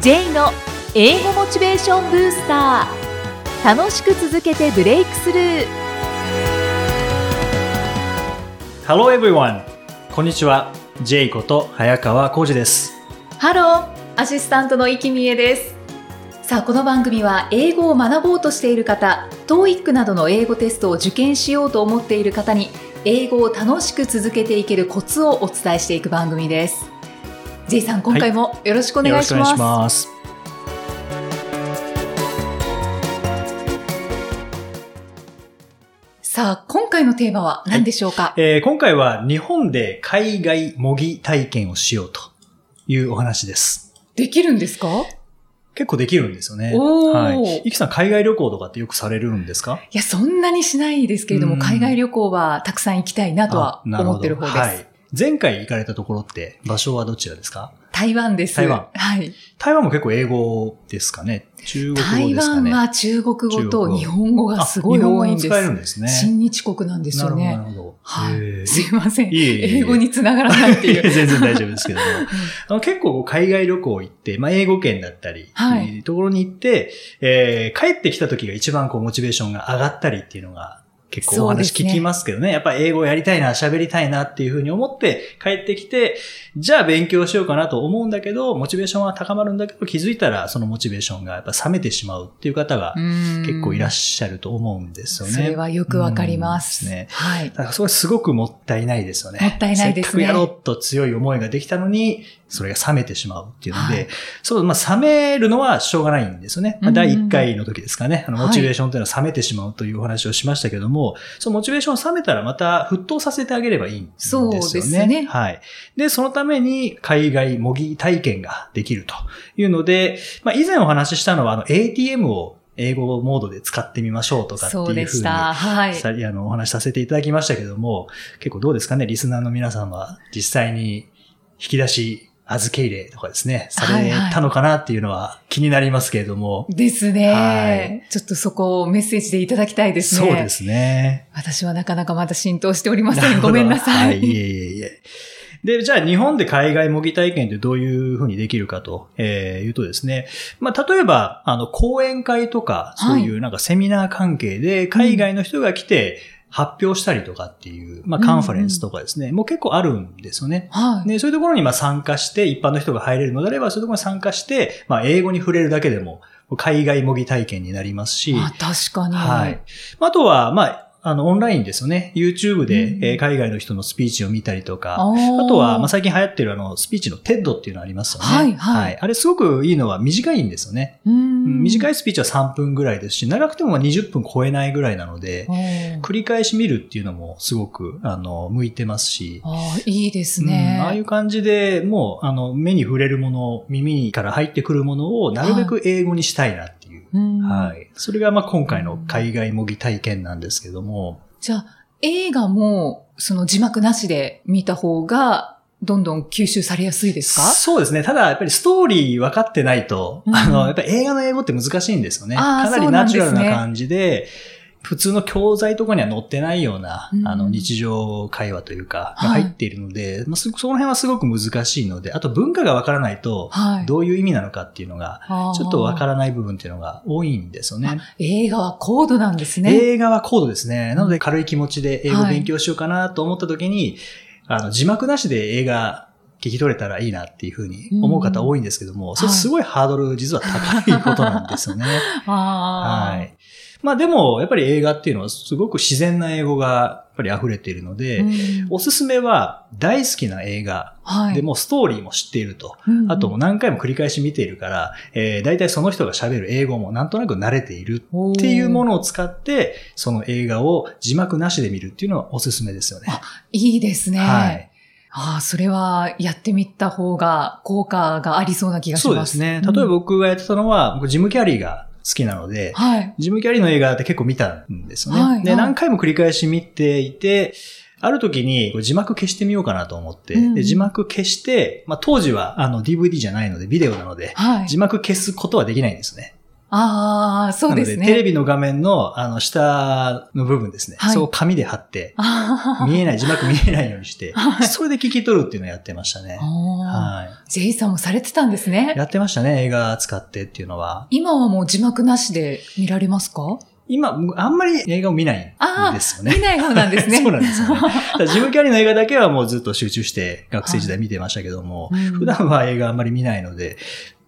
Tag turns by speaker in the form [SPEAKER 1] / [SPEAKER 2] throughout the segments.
[SPEAKER 1] J の英語モチベーションブースター楽しく続けてブレイクスルー
[SPEAKER 2] Hello everyone! こんにちは。ジェイこと早川浩二です。
[SPEAKER 1] ハローアシスタントの生きみえですさあこの番組は英語を学ぼうとしている方 TOEIC などの英語テストを受験しようと思っている方に英語を楽しく続けていけるコツをお伝えしていく番組です J さん今回もよろしくお
[SPEAKER 2] よ
[SPEAKER 1] 願
[SPEAKER 2] ろ
[SPEAKER 1] いし
[SPEAKER 2] しくお願い
[SPEAKER 1] ま
[SPEAKER 2] し
[SPEAKER 1] す、
[SPEAKER 2] ます。
[SPEAKER 1] さあ今回のテーマは何でしょうか、
[SPEAKER 2] えー今回は日本で海外模擬体験をしようというお話です。
[SPEAKER 1] できるんですか
[SPEAKER 2] 結構できるんですよね。
[SPEAKER 1] おー
[SPEAKER 2] はい。イキさん、海外旅行とかってよくされるんですか
[SPEAKER 1] いや、そんなにしないですけれども、
[SPEAKER 2] うん
[SPEAKER 1] 海外旅行はたくさん行きたいなとは
[SPEAKER 2] あなほ
[SPEAKER 1] 思
[SPEAKER 2] ど
[SPEAKER 1] ってる方です。
[SPEAKER 2] はい。前回行かれたところって場所はどちらですか
[SPEAKER 1] 台湾です。
[SPEAKER 2] 台湾
[SPEAKER 1] はい。
[SPEAKER 2] 台湾も結構英語ですかね中国語
[SPEAKER 1] 台
[SPEAKER 2] ですか
[SPEAKER 1] 湾
[SPEAKER 2] ね
[SPEAKER 1] は中国語
[SPEAKER 2] 中国
[SPEAKER 1] と
[SPEAKER 2] 語
[SPEAKER 1] 日本語がすごい多いんで
[SPEAKER 2] あ日本語も使え
[SPEAKER 1] す。
[SPEAKER 2] るんですね。
[SPEAKER 1] 親日国なんですよ
[SPEAKER 2] な
[SPEAKER 1] ね。
[SPEAKER 2] るほど、なるほど。
[SPEAKER 1] は
[SPEAKER 2] へ
[SPEAKER 1] い。
[SPEAKER 2] ー
[SPEAKER 1] すいません。
[SPEAKER 2] いえいえいえ
[SPEAKER 1] 英語につながらないっていう。
[SPEAKER 2] 全然大丈夫ですけども。あの結構こう海外旅行行って、まあ、英語圏だったり、
[SPEAKER 1] はい
[SPEAKER 2] い、ところに行って、えー帰ってきた時が一番こうモチベーションが上がったりっていうのが結構お
[SPEAKER 1] そうで
[SPEAKER 2] 話
[SPEAKER 1] すね
[SPEAKER 2] 聞きますけどね。やっぱり英語やりたいな、喋りたいなっていうふうに思って帰ってきて、じゃあ勉強しようかなと思うんだけど、モチベーションは高まるんだけど、気づいたらそのモチベーションがやっぱ冷めてしまうっていう方が結構いらっ
[SPEAKER 1] し
[SPEAKER 2] しゃると思うんですよね。
[SPEAKER 1] それはよくわかります。
[SPEAKER 2] うんですね
[SPEAKER 1] はい
[SPEAKER 2] だ。からそれすごくもったいないですよね。
[SPEAKER 1] もったいないですね
[SPEAKER 2] せっかくやろうと強い思いができたのに、それが冷めてしまうっていうので、
[SPEAKER 1] はい
[SPEAKER 2] そう、まあ冷めるのはしょうがないんですよね。
[SPEAKER 1] う
[SPEAKER 2] まあ、
[SPEAKER 1] ん
[SPEAKER 2] 第1回の時ですかね。あの、
[SPEAKER 1] はい
[SPEAKER 2] モチベーションというのは冷めてしまうというお話をしましたけども、そのモチベーションを冷めたらまた沸騰させてあげればいいんですよね。
[SPEAKER 1] そうですね
[SPEAKER 2] はい。で、そのために海外模擬体験ができるというので、まあ以前お話ししたのは、あの、ATM を英語モードで使ってみましょうとかってい
[SPEAKER 1] そ
[SPEAKER 2] うふ
[SPEAKER 1] うう
[SPEAKER 2] に
[SPEAKER 1] でした。はい。
[SPEAKER 2] さあの、お話しさせていただきましたけども、結構どうですかね、リスナーの皆さんは、実際に引き出し、預け入れとかですね、さ
[SPEAKER 1] はい
[SPEAKER 2] れ
[SPEAKER 1] はい
[SPEAKER 2] たのかなっていうのは気になりますけれども。
[SPEAKER 1] ですね
[SPEAKER 2] は。
[SPEAKER 1] ちょっとそこをメッセージでいただきたいですね。
[SPEAKER 2] そうですね。
[SPEAKER 1] 私はなかなかまだ浸透しておりま
[SPEAKER 2] な
[SPEAKER 1] せ
[SPEAKER 2] る
[SPEAKER 1] ん。
[SPEAKER 2] ほど
[SPEAKER 1] ごめんなさ
[SPEAKER 2] はい、いえいえいえ。で、じゃあ日本で海外模擬体験ってどういうふうにできるかと、えー、いうとですね、まあ、例えば、あの、講演会とか、そういうなんかセミナー関係で、海外の人が来て発表したりとかっていう、まあ、カンファレンスとかですね、もう結構あるんですよね。
[SPEAKER 1] はい。
[SPEAKER 2] で、そういうところにまあ参加して、一般の人が入れるのであれば、そういうところに参加して、まあ、英語に触れるだけでも、海外模擬体験になりますし、
[SPEAKER 1] あ、確かに。
[SPEAKER 2] はい。あとは、まあ、あの、オンラインですよね。YouTube で、
[SPEAKER 1] うん
[SPEAKER 2] えー海外の人のスピーチを見たりとか、
[SPEAKER 1] あー
[SPEAKER 2] あとは、まあ、最近流行ってるあの、スピーチの TED っていうのありますよね。
[SPEAKER 1] はいはい
[SPEAKER 2] あれすごくいいのは短いんですよね。
[SPEAKER 1] う
[SPEAKER 2] うん
[SPEAKER 1] ん
[SPEAKER 2] 短
[SPEAKER 1] い。
[SPEAKER 2] いスピーチは3分ぐらいですし、長くてもまあ20分超えないぐらいなので、
[SPEAKER 1] おー
[SPEAKER 2] 繰り返し見るっていうのもすごく、あの、向いてますし、
[SPEAKER 1] あーいいです
[SPEAKER 2] う
[SPEAKER 1] ね。
[SPEAKER 2] んああいう感じで、もう、あの、目に触れるもの、耳から入ってくるものを、なるべく英語にしたいなっていう。
[SPEAKER 1] うん
[SPEAKER 2] はい。それが、まあ、今回の海外模擬体験なんですけども、
[SPEAKER 1] じゃあ、映画も、その字幕なしで見た方が、どんどん吸収されやすいですか
[SPEAKER 2] そうですね。ただ、やっぱりストーリー分かってないと、
[SPEAKER 1] うん
[SPEAKER 2] あの、やっぱり映画の英語って難しいんですよね。
[SPEAKER 1] あー
[SPEAKER 2] かな
[SPEAKER 1] そ
[SPEAKER 2] り
[SPEAKER 1] うなん
[SPEAKER 2] ナ
[SPEAKER 1] です
[SPEAKER 2] チ
[SPEAKER 1] ね
[SPEAKER 2] ュラルな感じで、普通の教材とかには載ってないような、
[SPEAKER 1] うん
[SPEAKER 2] あの、日常会話というか、が
[SPEAKER 1] はい
[SPEAKER 2] 入っているので、まあ、そその辺はすごく難しいので、あと文化が分からないと、
[SPEAKER 1] はい。
[SPEAKER 2] どういう意味なのかっていうのが、ちょっとわかららない部分っていうのが多いんですよね。
[SPEAKER 1] 映画は高度なんですね。
[SPEAKER 2] 映画は高度ですね。なので軽い気持ちで英語勉強しようかなと思った時に、あの、字幕なしで映画聞き取れたらいいなっていうふうに思う方多いんですけども、それすごいハードル実は高いことなんです よね。
[SPEAKER 1] あー
[SPEAKER 2] はい。まあでも、やっぱり映画っていうのはすごく自然な英語がやっぱり溢れているので、
[SPEAKER 1] うん
[SPEAKER 2] おすすめは大好きな映画
[SPEAKER 1] はい。
[SPEAKER 2] でもうストーリーも知っていると。
[SPEAKER 1] うん
[SPEAKER 2] あともう何回も繰り返し見ているから、えー、大体その人が喋る英語もなんとなく慣れている
[SPEAKER 1] おー
[SPEAKER 2] っていうものを使って、その映画を字幕なしで見るっていうのはおすすめですよね。
[SPEAKER 1] いいですね。
[SPEAKER 2] はい。
[SPEAKER 1] ああ、それはやってみた方が効果がありそうな気がし
[SPEAKER 2] そうで
[SPEAKER 1] ます。
[SPEAKER 2] すね。例えば
[SPEAKER 1] うん
[SPEAKER 2] 僕がやってたのは、僕ジム・キャリーが好きなので、
[SPEAKER 1] はい。
[SPEAKER 2] ジム・キャリーの映画って結構見たんですよね。
[SPEAKER 1] はいは
[SPEAKER 2] で、
[SPEAKER 1] い
[SPEAKER 2] 何回も繰り返し見ていて、ある時にこう字幕消してみようかなと思って、
[SPEAKER 1] うんうん
[SPEAKER 2] で字幕消して、まあ、当時はあの DVD じゃないので、ビデオなので、
[SPEAKER 1] はい。
[SPEAKER 2] 字幕消すことはできないんですね。
[SPEAKER 1] ああ、そうです
[SPEAKER 2] なので、テレ
[SPEAKER 1] ね。
[SPEAKER 2] ビの画面の、あの、下の部分ですね。
[SPEAKER 1] はい
[SPEAKER 2] そこを紙で貼って、
[SPEAKER 1] あ
[SPEAKER 2] 見えない、字幕見えないようにし て、
[SPEAKER 1] はい
[SPEAKER 2] それで聞き取るっていうのをやってましたね。
[SPEAKER 1] あ
[SPEAKER 2] は
[SPEAKER 1] ー。ジェイさんもされてたんです
[SPEAKER 2] い。
[SPEAKER 1] ね。
[SPEAKER 2] やってましたね、映画使ってっていうのは。
[SPEAKER 1] 今はもう字幕なしで見られますか
[SPEAKER 2] 今、あんまり映画を見ないんですよね
[SPEAKER 1] 見。ない方なんですね。
[SPEAKER 2] そうなんですよね。た だジム・キャリーの映画だけはもうずっと集中して学生時代見てましたけども、
[SPEAKER 1] うん
[SPEAKER 2] 普段は映画あんまり見ないので、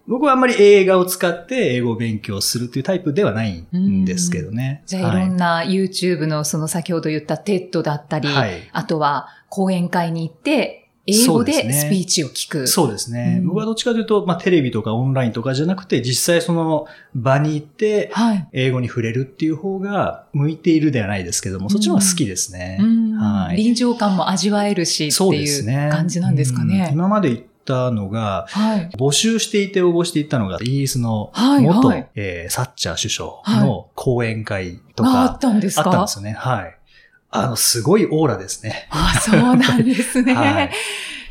[SPEAKER 2] 僕はあんまり映画を使って英語を勉強するっていうタイプではないんですけどね。
[SPEAKER 1] じゃあいろんな
[SPEAKER 2] な、
[SPEAKER 1] YouTube のその先ほど言ったテッドだったり、
[SPEAKER 2] はい。
[SPEAKER 1] あとは講演会に行って、英語
[SPEAKER 2] そうです
[SPEAKER 1] で
[SPEAKER 2] ね
[SPEAKER 1] スピーチを聞く。
[SPEAKER 2] そうですね。
[SPEAKER 1] うん
[SPEAKER 2] 僕はどっちかというと、まあ、テレビとかオンラインとかじゃなくて、実際その場に行って、
[SPEAKER 1] はい。
[SPEAKER 2] 英語に触れるっていう方が向いているではないですけども、そっちの方が好きですね。
[SPEAKER 1] うん
[SPEAKER 2] はい
[SPEAKER 1] 臨場感も味わえるしって
[SPEAKER 2] そうで
[SPEAKER 1] い
[SPEAKER 2] す
[SPEAKER 1] う
[SPEAKER 2] ね。
[SPEAKER 1] 感じなんですか
[SPEAKER 2] うん
[SPEAKER 1] ね。
[SPEAKER 2] 今まで行ったのが、
[SPEAKER 1] はい。
[SPEAKER 2] 募集していて応募していったのが、イギリスの
[SPEAKER 1] はい
[SPEAKER 2] 元、
[SPEAKER 1] はい
[SPEAKER 2] えーサッチャー首相の講演会と
[SPEAKER 1] あ
[SPEAKER 2] か、
[SPEAKER 1] あったんです
[SPEAKER 2] あったん
[SPEAKER 1] か
[SPEAKER 2] ですよね。はい。あの、すごいオーラですね。
[SPEAKER 1] あそうなんですね。
[SPEAKER 2] はい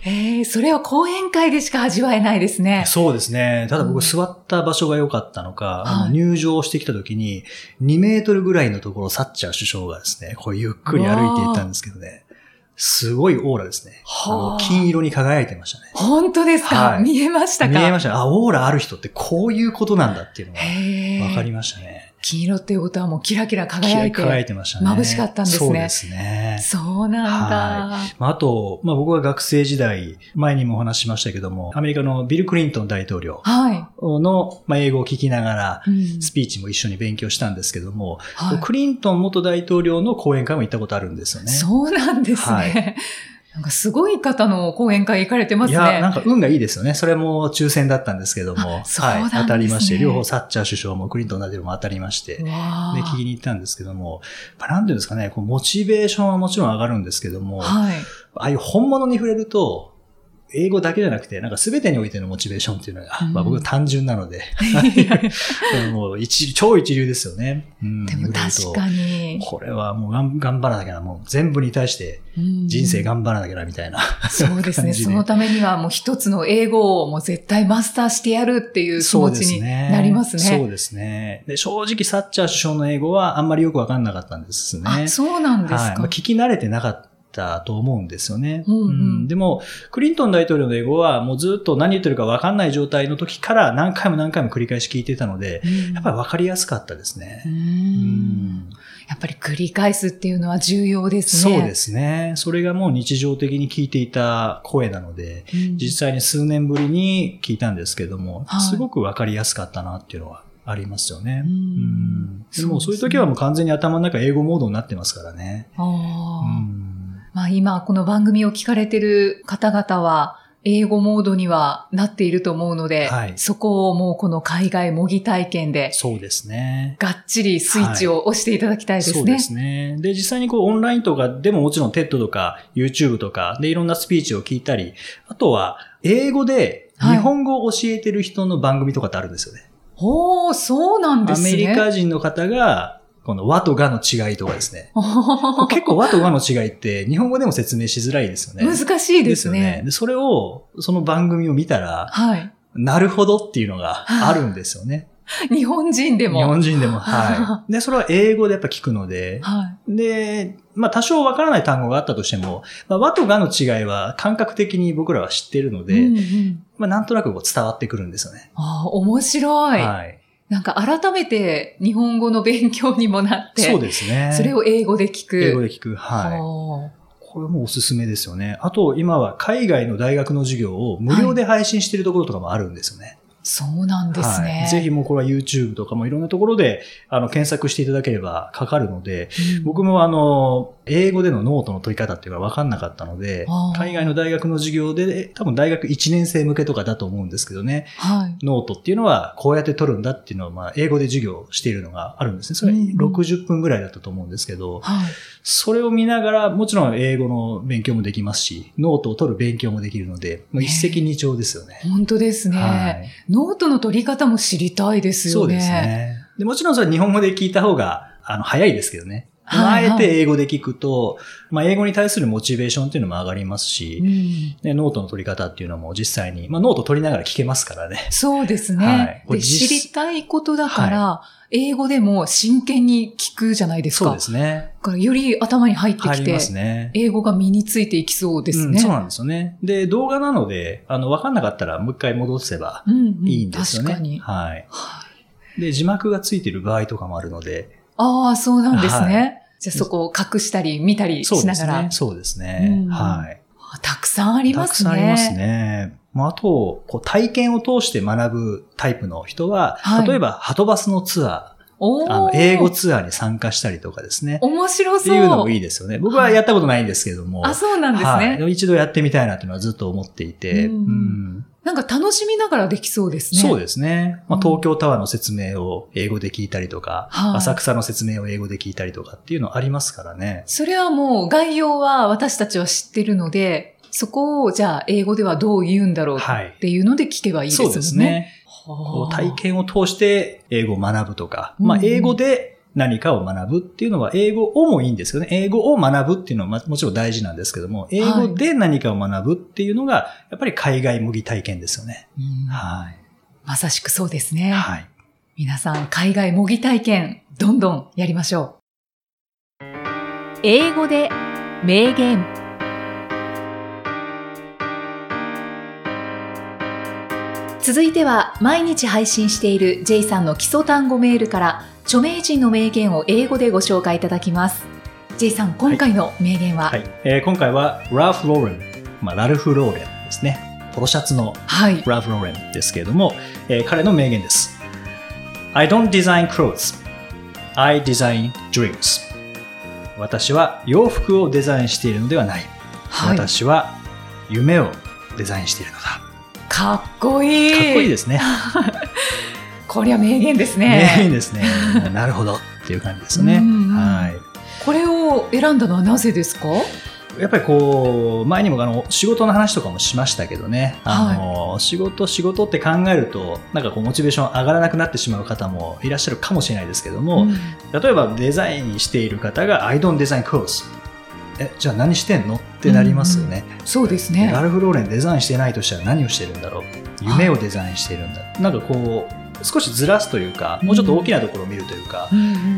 [SPEAKER 1] えーそれは講演会でしか味わえないですね。
[SPEAKER 2] そうですね。ただ
[SPEAKER 1] うん
[SPEAKER 2] 僕座った場所が良かったのか、あ
[SPEAKER 1] は
[SPEAKER 2] の
[SPEAKER 1] い
[SPEAKER 2] 入場してきた時に、2メートルぐらいのところ、サッチャー首相がですね、こうゆっくり歩いていったんですけどね、すごいオーラですね。あ
[SPEAKER 1] はあ
[SPEAKER 2] の金色に輝いてましたね。
[SPEAKER 1] 本当ですか、
[SPEAKER 2] はい
[SPEAKER 1] 見えました
[SPEAKER 2] 見
[SPEAKER 1] か
[SPEAKER 2] えました。あ、オーラある人ってこういうことなんだっていうのが
[SPEAKER 1] へー
[SPEAKER 2] 分かりましたね。
[SPEAKER 1] 金色っていうことはもうキラキラ輝いて。
[SPEAKER 2] 輝いてましたね。
[SPEAKER 1] 眩しかったんですね
[SPEAKER 2] そうですね。
[SPEAKER 1] そうなんだ。
[SPEAKER 2] まああと、まあ、僕は学生時代、前にもお話ししましたけども、アメリカのビル・クリントン大統領
[SPEAKER 1] はい。
[SPEAKER 2] の、まあ、英語を聞きながら、
[SPEAKER 1] うん
[SPEAKER 2] スピーチも一緒に勉強したんですけども、
[SPEAKER 1] はい
[SPEAKER 2] クリントン元大統領の講演会も行ったことあるんですよね。
[SPEAKER 1] そうなんですね。
[SPEAKER 2] は
[SPEAKER 1] なんかすごい方の講演会行かれてますね。
[SPEAKER 2] いや、なんか運がいいですよね。それも抽選だったんですけども、
[SPEAKER 1] あそうなんですね
[SPEAKER 2] はい、当たりまして、両方サッチャー首相もクリントン大統領も当たりまし
[SPEAKER 1] わ
[SPEAKER 2] て、で、
[SPEAKER 1] あ
[SPEAKER 2] 聞きに行ったんですけども、まあ、なんていうんですかね、こうモチベーションはもちろん上がるんですけども、
[SPEAKER 1] はい。
[SPEAKER 2] ああいう本物に触れると、英語だけじゃなくて、なんか全てにおいてのモチベーションっていうのが、
[SPEAKER 1] うん
[SPEAKER 2] まあ僕は単純なので、 もう一超一流ですよね。うん、
[SPEAKER 1] でも確
[SPEAKER 2] に。
[SPEAKER 1] かに。
[SPEAKER 2] これはもうがん頑張らなきゃな、もう全部に対して
[SPEAKER 1] うん
[SPEAKER 2] 人生頑張らなきゃな、みたいな。
[SPEAKER 1] そうですね。
[SPEAKER 2] 感じ
[SPEAKER 1] そ
[SPEAKER 2] で
[SPEAKER 1] のためにはもう一つの英語をもう絶対マスターしてやるっていう気持ちになりますね。
[SPEAKER 2] そうですね。で、正直、サッチャー首相の英語はあんまりよくわかんなかったんですね。
[SPEAKER 1] あ、そうなんですか。
[SPEAKER 2] はいまあ聞き慣れてなかったと思うんですよね。
[SPEAKER 1] うんうん
[SPEAKER 2] でも、クリントン大統領の英語はもうずっと何言ってるか分かんない状態の時から何回も何回も繰り返し聞いてたので、
[SPEAKER 1] うん
[SPEAKER 2] やっぱり分かりやすかったですね。
[SPEAKER 1] うん
[SPEAKER 2] うん
[SPEAKER 1] やっぱり繰り返すっていうのは重要ですね。
[SPEAKER 2] そうですね。それがもう日常的に聞いていた声なので、
[SPEAKER 1] うん
[SPEAKER 2] 実際に数年ぶりに聞いたんですけども、
[SPEAKER 1] はい
[SPEAKER 2] すごく分かりやすかったなっていうのはありますよね。
[SPEAKER 1] うん
[SPEAKER 2] うんでもそういう時はもう完全に頭の中英語モードになってますからね。
[SPEAKER 1] あ
[SPEAKER 2] う
[SPEAKER 1] ー
[SPEAKER 2] ん
[SPEAKER 1] まあ、今この番組を聞かれてる方々は英語モードにはなっていると思うので、
[SPEAKER 2] はい
[SPEAKER 1] そこをもうこの海外模擬体験で
[SPEAKER 2] そうですね。
[SPEAKER 1] がっちりスイッチを押していただきたいですね。
[SPEAKER 2] そうですね。で、実際にこうオンラインとかでももちろん TED とか YouTube とかでいろんなスピーチを聞いたり、あとは英語で日本語を教えてる人の番組とかってあるんですよね。
[SPEAKER 1] おー、そうなんで
[SPEAKER 2] ア
[SPEAKER 1] すね。
[SPEAKER 2] メリ カ人の方が、この和とがの違いとかで すね。これ
[SPEAKER 1] 結
[SPEAKER 2] 結構和とがの違いって日本語でも説明しづらいですよね。
[SPEAKER 1] 難しいですね。
[SPEAKER 2] よで、それを、その番組を見たら、
[SPEAKER 1] はい。
[SPEAKER 2] なるほどっていうのがあるんですよね。
[SPEAKER 1] 日本人で
[SPEAKER 2] 日
[SPEAKER 1] も。
[SPEAKER 2] 本人でも。 はい。で、それは英語でやっぱ聞くので、
[SPEAKER 1] はい。
[SPEAKER 2] で、まあ多少わからない単語があったとしても、まあ、和とがの違いは感覚的に僕らは知ってるので、
[SPEAKER 1] うんうん
[SPEAKER 2] まあなんとなくこう伝わってくるんですよね。
[SPEAKER 1] あー面白い,、
[SPEAKER 2] はい。
[SPEAKER 1] なんか改めて日本語の勉強にもなって、
[SPEAKER 2] そうですね。
[SPEAKER 1] それを英語で聞く。
[SPEAKER 2] 英語で聞く。はい。
[SPEAKER 1] は
[SPEAKER 2] これもおすすめですよね。あと今は海外の大学の授業を無料で配信してるところとかもあるんですよね。
[SPEAKER 1] い。そうなんですね。
[SPEAKER 2] はい。ぜひもうこれは YouTube とかもいろんなところであの検索していただければかかるので、
[SPEAKER 1] うん
[SPEAKER 2] 僕もあの、英語でのノートの取り方っていうのは分かんなかったので
[SPEAKER 1] あ、ー
[SPEAKER 2] 海外の大学の授業で、多分大学1年生向けとかだと思うんですけどね、
[SPEAKER 1] はい。
[SPEAKER 2] ノートっていうのはこうやって取るんだっていうのを、まあ、英語で授業をしているのがあるんですね。それ
[SPEAKER 1] うんうん
[SPEAKER 2] 60分ぐらいだったと思うんですけど、
[SPEAKER 1] はい。
[SPEAKER 2] それを見ながら、もちろん英語の勉強もできますし、ノートを取る勉強もできるので、もう一石二鳥ですよね。
[SPEAKER 1] 本当ですね、
[SPEAKER 2] はい。
[SPEAKER 1] ノートの取り方も知りたいです
[SPEAKER 2] そ
[SPEAKER 1] よ
[SPEAKER 2] う
[SPEAKER 1] ね。
[SPEAKER 2] ですね。でもちろんそれは日本語で聞いた方が、あの、早いですけどね。
[SPEAKER 1] はいはい
[SPEAKER 2] あえて英語で聞くと、まあ、英語に対するモチベーションっていうのも上がりますし、
[SPEAKER 1] うん
[SPEAKER 2] ね、ノートの取り方っていうのも実際に、まあ、ノート取りながら聞けますから ね。
[SPEAKER 1] そうですね、
[SPEAKER 2] はいこ
[SPEAKER 1] で。
[SPEAKER 2] れ実
[SPEAKER 1] 知りたいことだから、英語でも真剣に聞くじゃないですか。
[SPEAKER 2] そうですね
[SPEAKER 1] だ。からより頭に入って
[SPEAKER 2] 入
[SPEAKER 1] き
[SPEAKER 2] り
[SPEAKER 1] て
[SPEAKER 2] ま、すね。
[SPEAKER 1] 英語が身についていきそうです
[SPEAKER 2] うん
[SPEAKER 1] ね。
[SPEAKER 2] そうなんですよね。で、動画なので、あの、わかんなかったらもう一回戻せば
[SPEAKER 1] うんうん
[SPEAKER 2] いいんですよね。
[SPEAKER 1] 確かに。
[SPEAKER 2] はい。
[SPEAKER 1] は
[SPEAKER 2] で、字幕がついてる場合とかもあるので、
[SPEAKER 1] ああ、そうなんですね。
[SPEAKER 2] は
[SPEAKER 1] じゃあそこを隠したり見たり
[SPEAKER 2] そう
[SPEAKER 1] し
[SPEAKER 2] で
[SPEAKER 1] なが
[SPEAKER 2] す
[SPEAKER 1] ら。
[SPEAKER 2] ね。そうですね
[SPEAKER 1] う。ん
[SPEAKER 2] はい。
[SPEAKER 1] あたくさんありま
[SPEAKER 2] たく
[SPEAKER 1] すね。
[SPEAKER 2] さんありますね。まあ、あと、こう体験を通して学ぶタイプの人は、
[SPEAKER 1] はい
[SPEAKER 2] 例えば、ハトバスのツア
[SPEAKER 1] お
[SPEAKER 2] ー、
[SPEAKER 1] ー
[SPEAKER 2] あの英語ツアーに参加したりとかですね。
[SPEAKER 1] 面白
[SPEAKER 2] って
[SPEAKER 1] そう。
[SPEAKER 2] いうのもいいですよね。僕はやったことないんですけども。
[SPEAKER 1] あ、そうなんですね、
[SPEAKER 2] はいでも一度やってみたいなというのはずっと思っていて。
[SPEAKER 1] うん
[SPEAKER 2] うん
[SPEAKER 1] なんか楽しみながらできそうですね。
[SPEAKER 2] そう
[SPEAKER 1] す。
[SPEAKER 2] ですね。まあ、
[SPEAKER 1] うん
[SPEAKER 2] 東京タワーの説明を英語で聞いたりとか、
[SPEAKER 1] はい
[SPEAKER 2] 浅草の説明を英語で聞いたりとかっていうのありますからね。
[SPEAKER 1] それはもう概要は私たちは知ってるので、そこをじゃあ英語ではどう言うんだろう
[SPEAKER 2] はい
[SPEAKER 1] っていうので聞けばいいです
[SPEAKER 2] そ
[SPEAKER 1] もんね。
[SPEAKER 2] うです。ね。こ
[SPEAKER 1] は
[SPEAKER 2] う
[SPEAKER 1] あ、
[SPEAKER 2] 体験を通して英語を学ぶとか、まあ、
[SPEAKER 1] うんうん
[SPEAKER 2] 英語で何かを学ぶっていうのは、英語をもいいんですよね。英語を学ぶっていうのはまもちろん大事なんですけども、英語で何かを学ぶっていうのが、やっぱり海外模擬体験ですよね。
[SPEAKER 1] うん
[SPEAKER 2] は
[SPEAKER 1] まさしくそうです
[SPEAKER 2] い。
[SPEAKER 1] ね。
[SPEAKER 2] はい。
[SPEAKER 1] 皆さん、海外模擬体験、どんどんやりましょう。英語で名言。続いては、毎日配信している J さんの基礎単語メールから、著名人の名言を英語でご紹介いただきます。J さん、今回の名言は、は、
[SPEAKER 2] はいいえー今回は、ラフ・ローレン。まあ、ラルフ・ローレンですね。ポロシャツのラフ・ローレンですけれども、えー彼の名言です。I don't design clothes. I design dreams. 私は洋服をデザインしているのではない。
[SPEAKER 1] はい
[SPEAKER 2] 私は夢をデザインしているのだ。か
[SPEAKER 1] かっこいい。
[SPEAKER 2] っこいい
[SPEAKER 1] す。
[SPEAKER 2] ですね。
[SPEAKER 1] こりゃ名言ですね。
[SPEAKER 2] 名言ですね。なるほどっていう感じですね。
[SPEAKER 1] うんうん
[SPEAKER 2] はい。
[SPEAKER 1] これを選んだのはなぜですか
[SPEAKER 2] やっぱりこう前にもあの仕事の話とかもしましたけどね、あの仕事、仕事って考えるとなんかこうモチベーション上がらなくなってしまう方もいらっしゃるかもしれないですけど
[SPEAKER 1] う
[SPEAKER 2] も、
[SPEAKER 1] ん
[SPEAKER 2] 例えばデザインしている方が「I don't design clothes」えじゃあ何してんのってなりますよね、
[SPEAKER 1] そうです
[SPEAKER 2] で
[SPEAKER 1] ね。
[SPEAKER 2] ラルフ・ローレンデザインしてないとしたら何をしてるんだろう夢をデザインしてるんだ、なんかこう少しずらすというかもうちょっと大きなところを見るというか、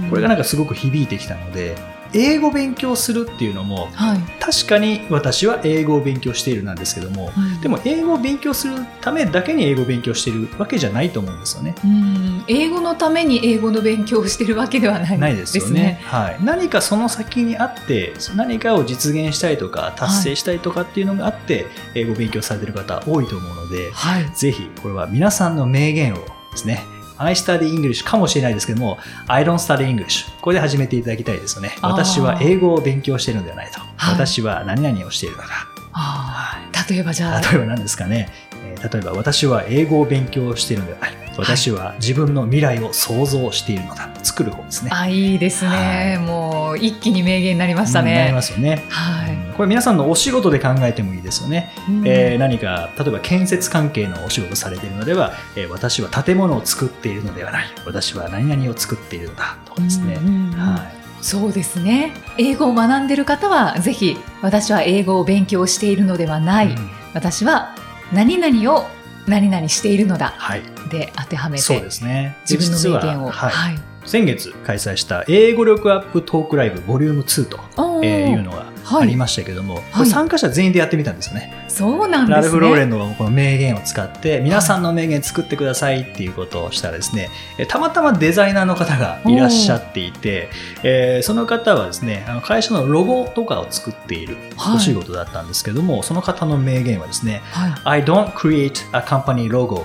[SPEAKER 2] これ
[SPEAKER 1] ね、
[SPEAKER 2] がなんかすごく響いてきたので英語勉強するっていうのも
[SPEAKER 1] はい。
[SPEAKER 2] 確かに私は英語を勉強しているなんですけども、でも英語を勉強するためだけに英語を勉強しているわけじゃないと思うんですよね。
[SPEAKER 1] うん、英語のために英語の勉強をしてるわけではない
[SPEAKER 2] ないですよねはい、何かその先にあって何かを実現したいとか達成したいとかっていうのがあって、英語を勉強されてる方多いと思うので
[SPEAKER 1] はい。
[SPEAKER 2] ぜひこれは皆さんの名言をですね I study English かもしれないですけども I don't study English これで始めていただきたいですよね
[SPEAKER 1] あー
[SPEAKER 2] 私は英語を勉強しているのではないと、
[SPEAKER 1] い
[SPEAKER 2] 私は何々をしているのだ
[SPEAKER 1] ああ例えばじゃあ、
[SPEAKER 2] 例えば何ですかね、えー例えば私は英語を勉強しているのではない私は自分の未来を想像しているのだ作る方ですね。
[SPEAKER 1] あ、いいですね。もう一気に名言になりました
[SPEAKER 2] うんなり
[SPEAKER 1] ね。
[SPEAKER 2] ますよね。
[SPEAKER 1] はい。
[SPEAKER 2] うんこれ皆さんのお仕事で考えてもいいですよね。
[SPEAKER 1] うん
[SPEAKER 2] えー何か例えば建設関係のお仕事されているのでは、えー私は建物を作っているのではない私は何々を作っているのだとかですね。
[SPEAKER 1] うんうんうん
[SPEAKER 2] はい
[SPEAKER 1] そうですね。英語を学んでる方は、ぜひ、私は英語を勉強しているのではない。
[SPEAKER 2] うん
[SPEAKER 1] 私は、何々を何々しているのだ。
[SPEAKER 2] はい、
[SPEAKER 1] で、当てはめ
[SPEAKER 2] そう
[SPEAKER 1] て、
[SPEAKER 2] ですね。
[SPEAKER 1] 自分の名言を。
[SPEAKER 2] 実ははい
[SPEAKER 1] い。
[SPEAKER 2] 先月開催した英語力アップトークライブボリューム2と
[SPEAKER 1] おー
[SPEAKER 2] えーいうのがありましたけども、これ
[SPEAKER 1] はい
[SPEAKER 2] 参加者全員でやってみたんですよね。
[SPEAKER 1] そうなんですね。
[SPEAKER 2] ラルフ・ローレンのこの名言を使って、皆さんの名言作ってくださいっていうことをしたらですね、えーたまたまデザイナーの方がいらっしゃっていて、えーその方はですね、あの会社のロゴとかを作っている
[SPEAKER 1] はい
[SPEAKER 2] お仕事だったんですけども、その方の名言はですね、
[SPEAKER 1] はい
[SPEAKER 2] I don't create a company logo.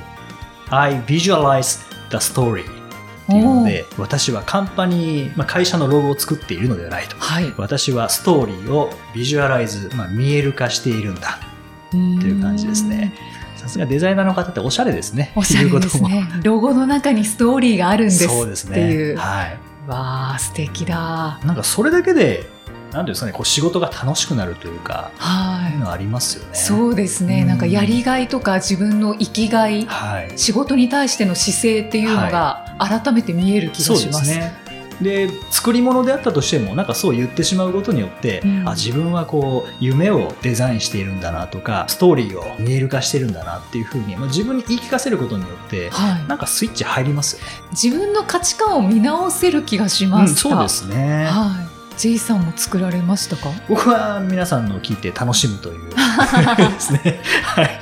[SPEAKER 2] I visualize the story. っていうので、私はカンパニー、まあ、会社のロゴを作っているのではないと。
[SPEAKER 1] はい。っ
[SPEAKER 2] 私はストーリーをビジュアライズ、まあ、見える化しているん
[SPEAKER 1] て
[SPEAKER 2] だってい
[SPEAKER 1] いう
[SPEAKER 2] 感じですね。さすがデザイナーの方っておしゃれですね
[SPEAKER 1] おしゃれです
[SPEAKER 2] 言う
[SPEAKER 1] ね。ロゴの中にストーリーがあるん
[SPEAKER 2] ことも
[SPEAKER 1] です。
[SPEAKER 2] そうですね
[SPEAKER 1] っていう。
[SPEAKER 2] はい、
[SPEAKER 1] わあ、素敵だ。
[SPEAKER 2] なんかそれだけでなんていうんですかねこう仕事が楽しくなるというかそういう
[SPEAKER 1] は
[SPEAKER 2] のありますよね
[SPEAKER 1] い。そうですね。
[SPEAKER 2] うん
[SPEAKER 1] なんかやりがいとか自分の生きがい、
[SPEAKER 2] はい
[SPEAKER 1] 仕事に対しての姿勢っていうのが改めて見える気が
[SPEAKER 2] そう
[SPEAKER 1] し
[SPEAKER 2] で
[SPEAKER 1] ますす。
[SPEAKER 2] ねで作り物であったとしてもなんかそう言ってしまうことによって、
[SPEAKER 1] うん
[SPEAKER 2] あ自分はこう夢をデザインしているんだなとかストーリーを見える化してるんだなっていうふうに、まあ、自分に言い聞かせることによって
[SPEAKER 1] はい
[SPEAKER 2] なんかスイッチ入りますよね。
[SPEAKER 1] 自分の価値観を見直せる気がし
[SPEAKER 2] う
[SPEAKER 1] ま
[SPEAKER 2] ん、
[SPEAKER 1] した、
[SPEAKER 2] そうですね。
[SPEAKER 1] はい。J さんも作られましたか
[SPEAKER 2] 僕は皆さんのを聞いて楽しむという ですね。はい。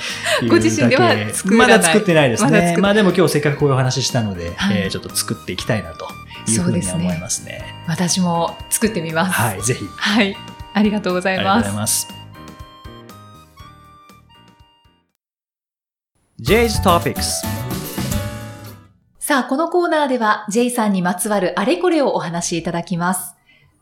[SPEAKER 1] ご自身では
[SPEAKER 2] いうだけ
[SPEAKER 1] 作らない
[SPEAKER 2] まだ作ってないですね。
[SPEAKER 1] まだ
[SPEAKER 2] ま
[SPEAKER 1] 作って
[SPEAKER 2] あでも今日せっかくこういうお話ししたので、
[SPEAKER 1] はい
[SPEAKER 2] えーちょっと作っていきたいなという
[SPEAKER 1] そ
[SPEAKER 2] ふ
[SPEAKER 1] う
[SPEAKER 2] う
[SPEAKER 1] で
[SPEAKER 2] に
[SPEAKER 1] す
[SPEAKER 2] は
[SPEAKER 1] ね
[SPEAKER 2] 思いますね。
[SPEAKER 1] 私も作ってみます。
[SPEAKER 2] はい、ぜひ。
[SPEAKER 1] はい。ありがとうござ
[SPEAKER 2] あ
[SPEAKER 1] い
[SPEAKER 2] りがとう
[SPEAKER 1] ま
[SPEAKER 2] ござい
[SPEAKER 1] す。
[SPEAKER 2] ます。
[SPEAKER 3] J's Topics.
[SPEAKER 1] さあ、このコーナーでは J さんにまつわるあれこれをお話しいただきます。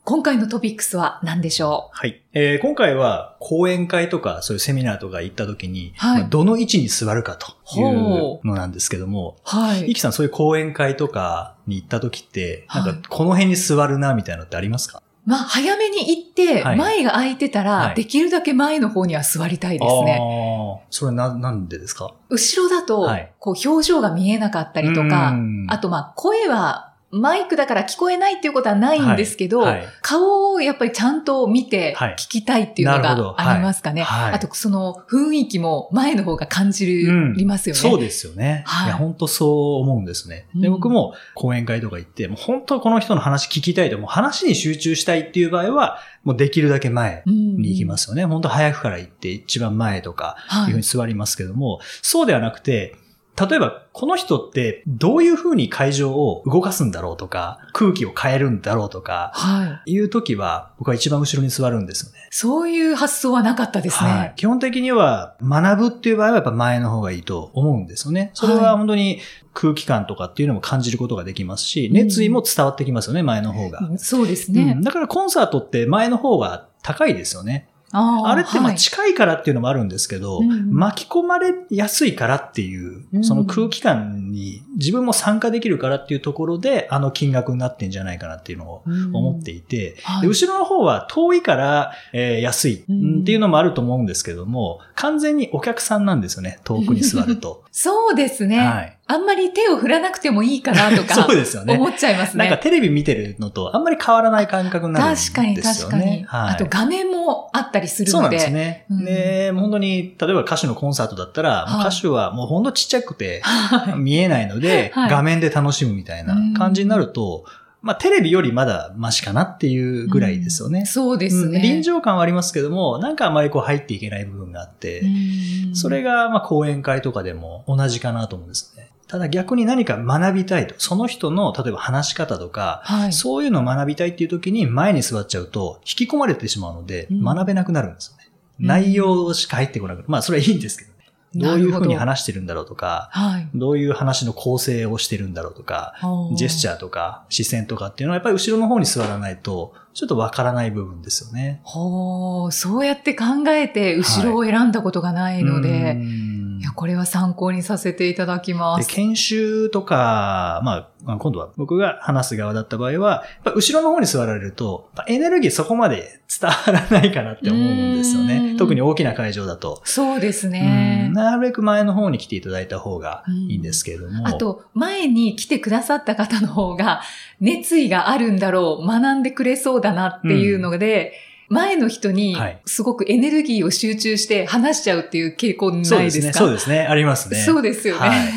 [SPEAKER 1] 今回のトピックスは何でしょ
[SPEAKER 2] はい。えー今回は講演会とかそういうセミナーとか行った時に、
[SPEAKER 1] はい
[SPEAKER 2] まあどの位置に座るかという
[SPEAKER 1] ほ
[SPEAKER 2] のなんですけども
[SPEAKER 1] う、はい
[SPEAKER 2] きさんそういう講演会とかに行った時って、
[SPEAKER 1] はい
[SPEAKER 2] なんかこの辺に座るなみたいなのってありますか
[SPEAKER 1] まあ、早めに行って、
[SPEAKER 2] はい
[SPEAKER 1] 前が空いてたら、
[SPEAKER 2] はい
[SPEAKER 1] できるだけ前の方には座りたいですね。
[SPEAKER 2] あーそれな、なんでですか
[SPEAKER 1] 後ろだと、
[SPEAKER 2] はい
[SPEAKER 1] こう、表情が見えなかったりと
[SPEAKER 2] う
[SPEAKER 1] か、
[SPEAKER 2] ん
[SPEAKER 1] あと、まあ、声は、マイクだから聞こえないっていうことはないんですけど、
[SPEAKER 2] はい
[SPEAKER 1] 顔をやっぱりちゃんと見て
[SPEAKER 2] はい
[SPEAKER 1] 聞きたいっていうの
[SPEAKER 2] なるほ
[SPEAKER 1] が
[SPEAKER 2] どはい
[SPEAKER 1] ありますかね。
[SPEAKER 2] はい
[SPEAKER 1] あと、その雰囲気も前の方が感じ
[SPEAKER 2] うん
[SPEAKER 1] りますよね。
[SPEAKER 2] そうですよね。
[SPEAKER 1] はい
[SPEAKER 2] い、や、本当そう思うんですね。で、
[SPEAKER 1] うん
[SPEAKER 2] 僕も講演会とか行って、もう本当この人の話聞きたいと、もう話に集中したいっていう場合は、もうできるだけ前
[SPEAKER 1] うん
[SPEAKER 2] に行きますよね。本当早くから行って、一番前とか、
[SPEAKER 1] はい
[SPEAKER 2] いうふうに座りますけども、そうではなくて、例えば、この人ってどういうふうに会場を動かすんだろうとか、空気を変えるんだろうとか、
[SPEAKER 1] はい。
[SPEAKER 2] いう時は、僕は一番後ろに座るんですよね。
[SPEAKER 1] そういう発想はなかったですね。
[SPEAKER 2] はい、基本的には学ぶっていう場合はやっぱ前の方がいいと思うんですよね。それ
[SPEAKER 1] はい
[SPEAKER 2] は本当に空気感とかっていうのも感じることができます
[SPEAKER 1] う
[SPEAKER 2] し、
[SPEAKER 1] ん
[SPEAKER 2] 熱意も伝わってきますよね、前の方が。
[SPEAKER 1] うんそうです
[SPEAKER 2] う
[SPEAKER 1] ね
[SPEAKER 2] ん。だからコンサートって前の方が高いですよね。
[SPEAKER 1] あー
[SPEAKER 2] あれってま
[SPEAKER 1] は
[SPEAKER 2] あ
[SPEAKER 1] い
[SPEAKER 2] 近いからっていうのもあるんですけど、
[SPEAKER 1] うんうん
[SPEAKER 2] 巻き込まれやすいからっていう
[SPEAKER 1] う、ん
[SPEAKER 2] その空気感に自分も参加できるからっていうところで、あの金額になってんじゃないかなっていうのを思っていて、
[SPEAKER 1] はい
[SPEAKER 2] で後ろの方は遠いから、えー安い
[SPEAKER 1] うん
[SPEAKER 2] っていうのもあると思うんですけども、完全にお客さんなんですよね、遠くに座ると。
[SPEAKER 1] そうです ね、
[SPEAKER 2] はい。
[SPEAKER 1] あんまり手を振らなくてもいいかなとか
[SPEAKER 2] そうですよね。
[SPEAKER 1] 思っちゃいます
[SPEAKER 2] なんか
[SPEAKER 1] ね。
[SPEAKER 2] テレビ見てるのとあんまり変わらない感覚になるんです
[SPEAKER 1] 確か
[SPEAKER 2] よね。
[SPEAKER 1] に確かに、
[SPEAKER 2] はい、
[SPEAKER 1] あと画面もあったりする
[SPEAKER 2] そう
[SPEAKER 1] の
[SPEAKER 2] なん
[SPEAKER 1] で。
[SPEAKER 2] ですね。
[SPEAKER 1] うん
[SPEAKER 2] で、もう本当に、例えば歌手のコンサートだったら、もう
[SPEAKER 1] はい
[SPEAKER 2] 歌手はもうほんとちっちゃくて、
[SPEAKER 1] はい
[SPEAKER 2] 見えないので、
[SPEAKER 1] はい
[SPEAKER 2] 画面で楽しむみたいな感じになると、まあテレビよりまだマシかなっていうぐらいですよね。
[SPEAKER 1] そうですね。
[SPEAKER 2] うん臨場感はありますけども、なんかあまりこう入っていけない部分があって、
[SPEAKER 1] うん
[SPEAKER 2] それがまあ講演会とかでも同じかなと思うんですね。ただ逆に何か学びたいと、その人の例えば話し方とか、
[SPEAKER 1] はい。
[SPEAKER 2] そういうのを学びたいっていう時に前に座っちゃうと引き込まれてしまうので、
[SPEAKER 1] うん
[SPEAKER 2] 学べなくなるんですよね。
[SPEAKER 1] うん
[SPEAKER 2] 内容しか入ってこなくなる。まあそれはいいんですけどね。どういうふうに
[SPEAKER 1] なる
[SPEAKER 2] 話してるんだろうとか、
[SPEAKER 1] ほどはい。
[SPEAKER 2] どういう話の構成をしてるんだろうとか、ジェスチ
[SPEAKER 1] ャー。
[SPEAKER 2] ャーとか視線とかっていうのはやっぱり後ろの方に座らないと、ちょっとわからない部分ですよね。
[SPEAKER 1] ほう、そうやって考えて後ろを選んだことがないので、
[SPEAKER 2] う
[SPEAKER 1] い、
[SPEAKER 2] ん
[SPEAKER 1] や、これは参考にさせていただきま。
[SPEAKER 2] です研修とか、まあまあ、今度は僕が話す側だった場合は、やっぱ後ろの方に座られると、やっぱエネルギーそこまで伝わらないかなって思うんですよ
[SPEAKER 1] う
[SPEAKER 2] ね
[SPEAKER 1] ん。
[SPEAKER 2] 特に大きな会場だと。
[SPEAKER 1] そうですね
[SPEAKER 2] うん。なるべく前の方に来ていただいた方がいいんですけれども。
[SPEAKER 1] あと、前に来てくださった方の方が、熱意があるんだろう、学んでくれそうだなっていうので、前の人に
[SPEAKER 2] はい、
[SPEAKER 1] すごくエネルギーを集中して話しちゃうっていう傾向ないです
[SPEAKER 2] そうで
[SPEAKER 1] か
[SPEAKER 2] すね。そうですね。ありますね。
[SPEAKER 1] そうですよね。
[SPEAKER 2] はい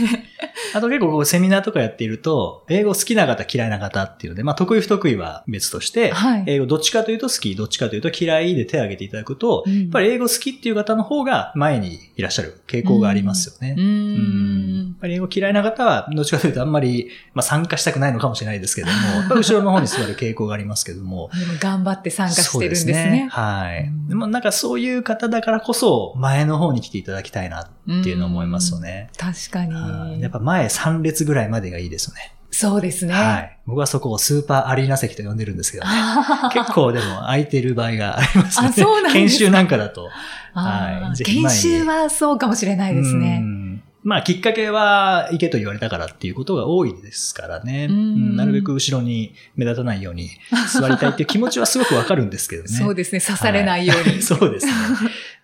[SPEAKER 2] あと結構こうセミナーとかやっていると、英語好きな方嫌いな方っていうので、まあ得意不得意は別として、
[SPEAKER 1] はい
[SPEAKER 2] 英語どっちかというと好き、どっちかというと嫌いで手を挙げていただくと、
[SPEAKER 1] うん
[SPEAKER 2] やっぱり英語好きっていう方の方が前にいらっしゃる傾向がありますよね。
[SPEAKER 1] う
[SPEAKER 2] うんや
[SPEAKER 1] ん
[SPEAKER 2] っ。ぱり英語嫌いな方は、どっちかというとあんまり、まあ、参加したくないのかもしれないですけども、やっぱり後ろの方に座る傾向がありますけども。
[SPEAKER 1] でも頑張って参加してるんです
[SPEAKER 2] そう
[SPEAKER 1] ね。
[SPEAKER 2] はい。
[SPEAKER 1] うん
[SPEAKER 2] でもなんかそういう方だからこそ、前の方に来ていただきたいなっ
[SPEAKER 1] って
[SPEAKER 2] いうのを思いますよ。ね。
[SPEAKER 1] 確か
[SPEAKER 2] はい
[SPEAKER 1] に。
[SPEAKER 2] やっぱ前3列ぐらいまでがいいですよね。
[SPEAKER 1] そうですね。
[SPEAKER 2] はい。僕はそこをスーパーアリーナ席と呼んでるんですけど、
[SPEAKER 1] あー
[SPEAKER 2] 結構でも空いてる場合がありますね。
[SPEAKER 1] あそうなんですか
[SPEAKER 2] 研修なんかだと。
[SPEAKER 1] あー
[SPEAKER 2] はいぜひ前に
[SPEAKER 1] 研修はそうかもしれないです
[SPEAKER 2] う
[SPEAKER 1] ね。
[SPEAKER 2] んまあ、きっかけは、行けと言われたからっていうことが多いですからね。
[SPEAKER 1] うん
[SPEAKER 2] うんなるべく後ろに目立たないように 座りたいっていう気持ちはすごくわかるんですけどね。
[SPEAKER 1] そうですね。刺されないように。
[SPEAKER 2] そうですね。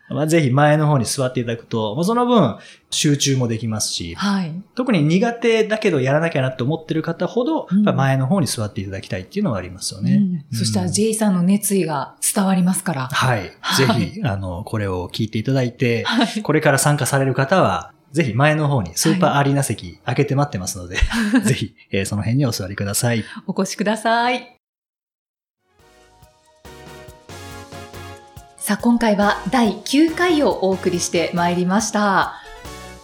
[SPEAKER 2] まあ、ぜひ前の方に座っていただくと、もうその分集中もできますし、
[SPEAKER 1] はい。
[SPEAKER 2] 特に苦手だけどやらなきゃなと思ってる方ほど、
[SPEAKER 1] うん
[SPEAKER 2] やっぱ前の方に座っていただきたいっていうのはありますよね。
[SPEAKER 1] うんそしたら J さんの熱意が伝わりますから。
[SPEAKER 2] はい。ぜ
[SPEAKER 1] はい
[SPEAKER 2] ひ、あの、これを聞いていただいて、
[SPEAKER 1] はい。
[SPEAKER 2] これから参加される方は、ぜひ前の方にスーパーアリーナ席開けて待ってま すので、ぜひ、えーその辺にお座りください。
[SPEAKER 1] お越しください。さあ、今回は第9回をお送りしてまいりました。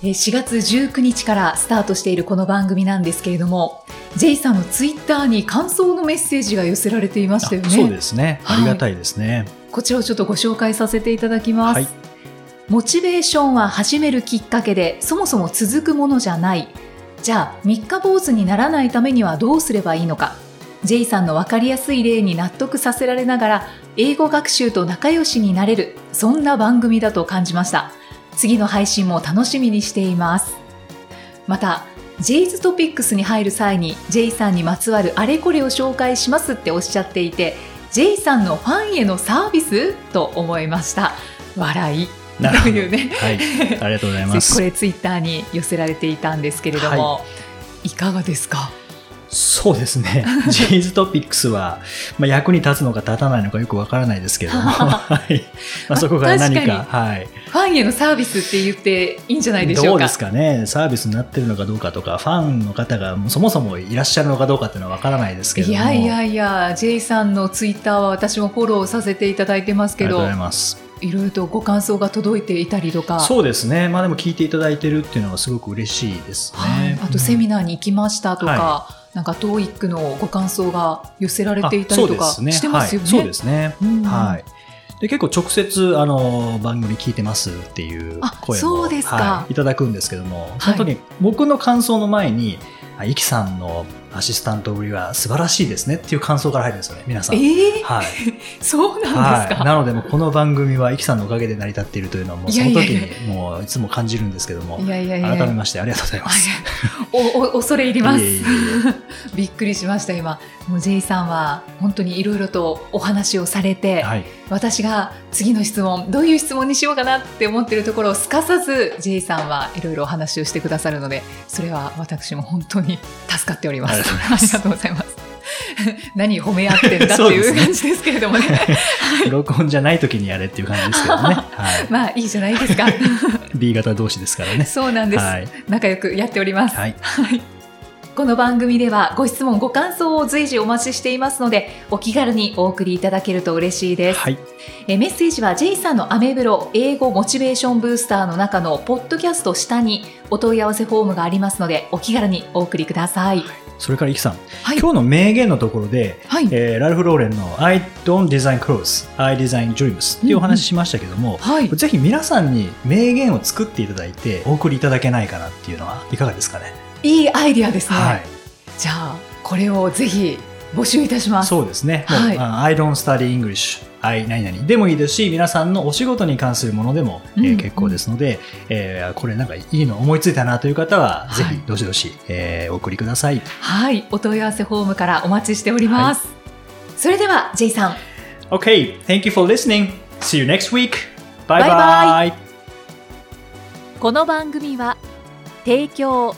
[SPEAKER 1] えー4月19日からスタートしているこの番組なんですけれども、J さんのツイッターに感想のメッセージが寄せられていましたよ
[SPEAKER 2] あそう
[SPEAKER 1] ね。
[SPEAKER 2] ですね。
[SPEAKER 1] は
[SPEAKER 2] あ
[SPEAKER 1] い
[SPEAKER 2] りがたいですね。
[SPEAKER 1] こちらをちょっとご紹介させていただきます。
[SPEAKER 2] はい
[SPEAKER 1] モチベーションは始めるきっかけでそもそも続くものじゃないじゃあ三日坊主にならないためにはどうすればいいのか J さんの分かりやすい例に納得させられながら英語学習と仲良しになれるそんな番組だと感じました次の配信も楽しみにしていますまた J's トピックスに入る際に J さんにまつわるあれこれを紹介しますっておっしゃっていて J さんのファンへのサービスと思いました笑い
[SPEAKER 2] なるほ
[SPEAKER 1] という
[SPEAKER 2] ど。
[SPEAKER 1] ね
[SPEAKER 2] はい。ありがとうございま
[SPEAKER 1] こ
[SPEAKER 2] す。
[SPEAKER 1] れツイッターに寄せられていたんですけれども、い、かがですか
[SPEAKER 2] そうですね。ジーズトピックスは、まあ、役に立つのか立たないのかよくわからないですけれ ども、はい。まあ、そこが何か、
[SPEAKER 1] 確
[SPEAKER 2] はい。
[SPEAKER 1] ファンへのサービスって言っていいんじゃないでしょ
[SPEAKER 2] ど
[SPEAKER 1] う
[SPEAKER 2] う
[SPEAKER 1] か
[SPEAKER 2] ですかね、サービスになってるのかどうかとか、ファンの方がそもそもいらっしゃるのかどうかっていうのはわからないですけれど
[SPEAKER 1] い
[SPEAKER 2] も、
[SPEAKER 1] やい
[SPEAKER 2] あ
[SPEAKER 1] やいや J さんのツイッターは私もフォローさせていただいてます
[SPEAKER 2] り
[SPEAKER 1] け
[SPEAKER 2] がとう
[SPEAKER 1] ど
[SPEAKER 2] ございます。
[SPEAKER 1] いろいろとご感想が届いていたりとか、
[SPEAKER 2] そうですね、まあ、でも聞いていただいてるっていうのはすごく嬉しいです
[SPEAKER 1] はい
[SPEAKER 2] ね。
[SPEAKER 1] あとセミ
[SPEAKER 2] ナ
[SPEAKER 1] ナーに行きましたとか、
[SPEAKER 2] は
[SPEAKER 1] なんか TOEIC のご感想が寄せられていたりとかしてますよね。
[SPEAKER 2] そうですね。
[SPEAKER 1] うん
[SPEAKER 2] はい。はいで結構直接あの番組聞いてますっていう
[SPEAKER 1] あ
[SPEAKER 2] 声も
[SPEAKER 1] そうですか
[SPEAKER 2] はい、いただくんですけども、その時に僕の感想の前に、あイキさんのアシスタントぶりは素晴らしいですねっていう感想から入るんですよね、皆さん。
[SPEAKER 1] ええ
[SPEAKER 2] はい。
[SPEAKER 1] そうなんです
[SPEAKER 2] はい、
[SPEAKER 1] か。
[SPEAKER 2] なのでもうこの番組はイキさんのおかげで成り立っているというのはもう
[SPEAKER 1] い
[SPEAKER 2] そ
[SPEAKER 1] や
[SPEAKER 2] の
[SPEAKER 1] いや
[SPEAKER 2] 時
[SPEAKER 1] いや
[SPEAKER 2] にもういつも感じるんですけども
[SPEAKER 1] いやいやいや。
[SPEAKER 2] 改めましてありがとうございます。
[SPEAKER 1] おお恐れ入ります
[SPEAKER 2] いえいえいえ
[SPEAKER 1] びっくりしました今もう J さんは本当にいろいろとお話をされて、
[SPEAKER 2] はい、
[SPEAKER 1] 私が次の質問どういう質問にしようかなって思ってるところをすかさず J さんはいろいろお話をしてくださるのでそれは私も本当に助かっております
[SPEAKER 2] ありがとうございます
[SPEAKER 1] ありがとうございます 何褒め合ってんだって
[SPEAKER 2] そうで
[SPEAKER 1] い
[SPEAKER 2] す
[SPEAKER 1] う
[SPEAKER 2] ね
[SPEAKER 1] 感じですけれどもね
[SPEAKER 2] 録音じゃない時にやれっていう感じですけどね、は
[SPEAKER 1] まあいいじゃない ですか
[SPEAKER 2] い、B 型同士ですからね。
[SPEAKER 1] そうなんです、
[SPEAKER 2] はい、
[SPEAKER 1] 仲良くやっております
[SPEAKER 2] はい、
[SPEAKER 1] この番組ではご質問ご感想を随時お待ちしていますのでお気軽にお送りいただけると嬉しいです、
[SPEAKER 2] はい、
[SPEAKER 1] えーメッセージは J さんのアメブロ英語モチベーションブースターの中のポッドキャスト下にお問い合わせフォームがありますのでお気軽にお送りください
[SPEAKER 2] それからイキさん、
[SPEAKER 1] はい
[SPEAKER 2] 今日の名言のところで、
[SPEAKER 1] はい、
[SPEAKER 2] えーラルフ・ローレンの I don't design clothes, I design dreams っていうお話ししましたけども、
[SPEAKER 1] はい
[SPEAKER 2] ぜひ皆さんに名言を作っていただいてお送りいただけないかなっていうのはいかがですかね。
[SPEAKER 1] いいアイディアですね、
[SPEAKER 2] はい
[SPEAKER 1] じゃあこれをぜひ募集いたします
[SPEAKER 2] そうですね。もう
[SPEAKER 1] はい
[SPEAKER 2] あ I don't study English. I 何々でもいいですし、皆さんのお仕事に関するものでも、えー
[SPEAKER 1] うん
[SPEAKER 2] 結構ですので、えーこれなんかいいの思いついたなという方は、
[SPEAKER 1] はい
[SPEAKER 2] ぜひどしどし、えーお送りください。
[SPEAKER 1] はいお問い合わせフォームからお待ちしております、それでは J さん
[SPEAKER 2] Okay, thank you for listening. See you next week.
[SPEAKER 1] Bye
[SPEAKER 2] bye.
[SPEAKER 1] bye.
[SPEAKER 2] bye.
[SPEAKER 1] この番組は提供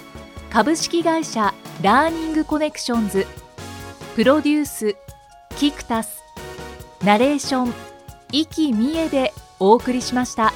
[SPEAKER 1] 株式会社ラーニングコネクションズプロデュースキクタスナレーション生きみえでお送りしました。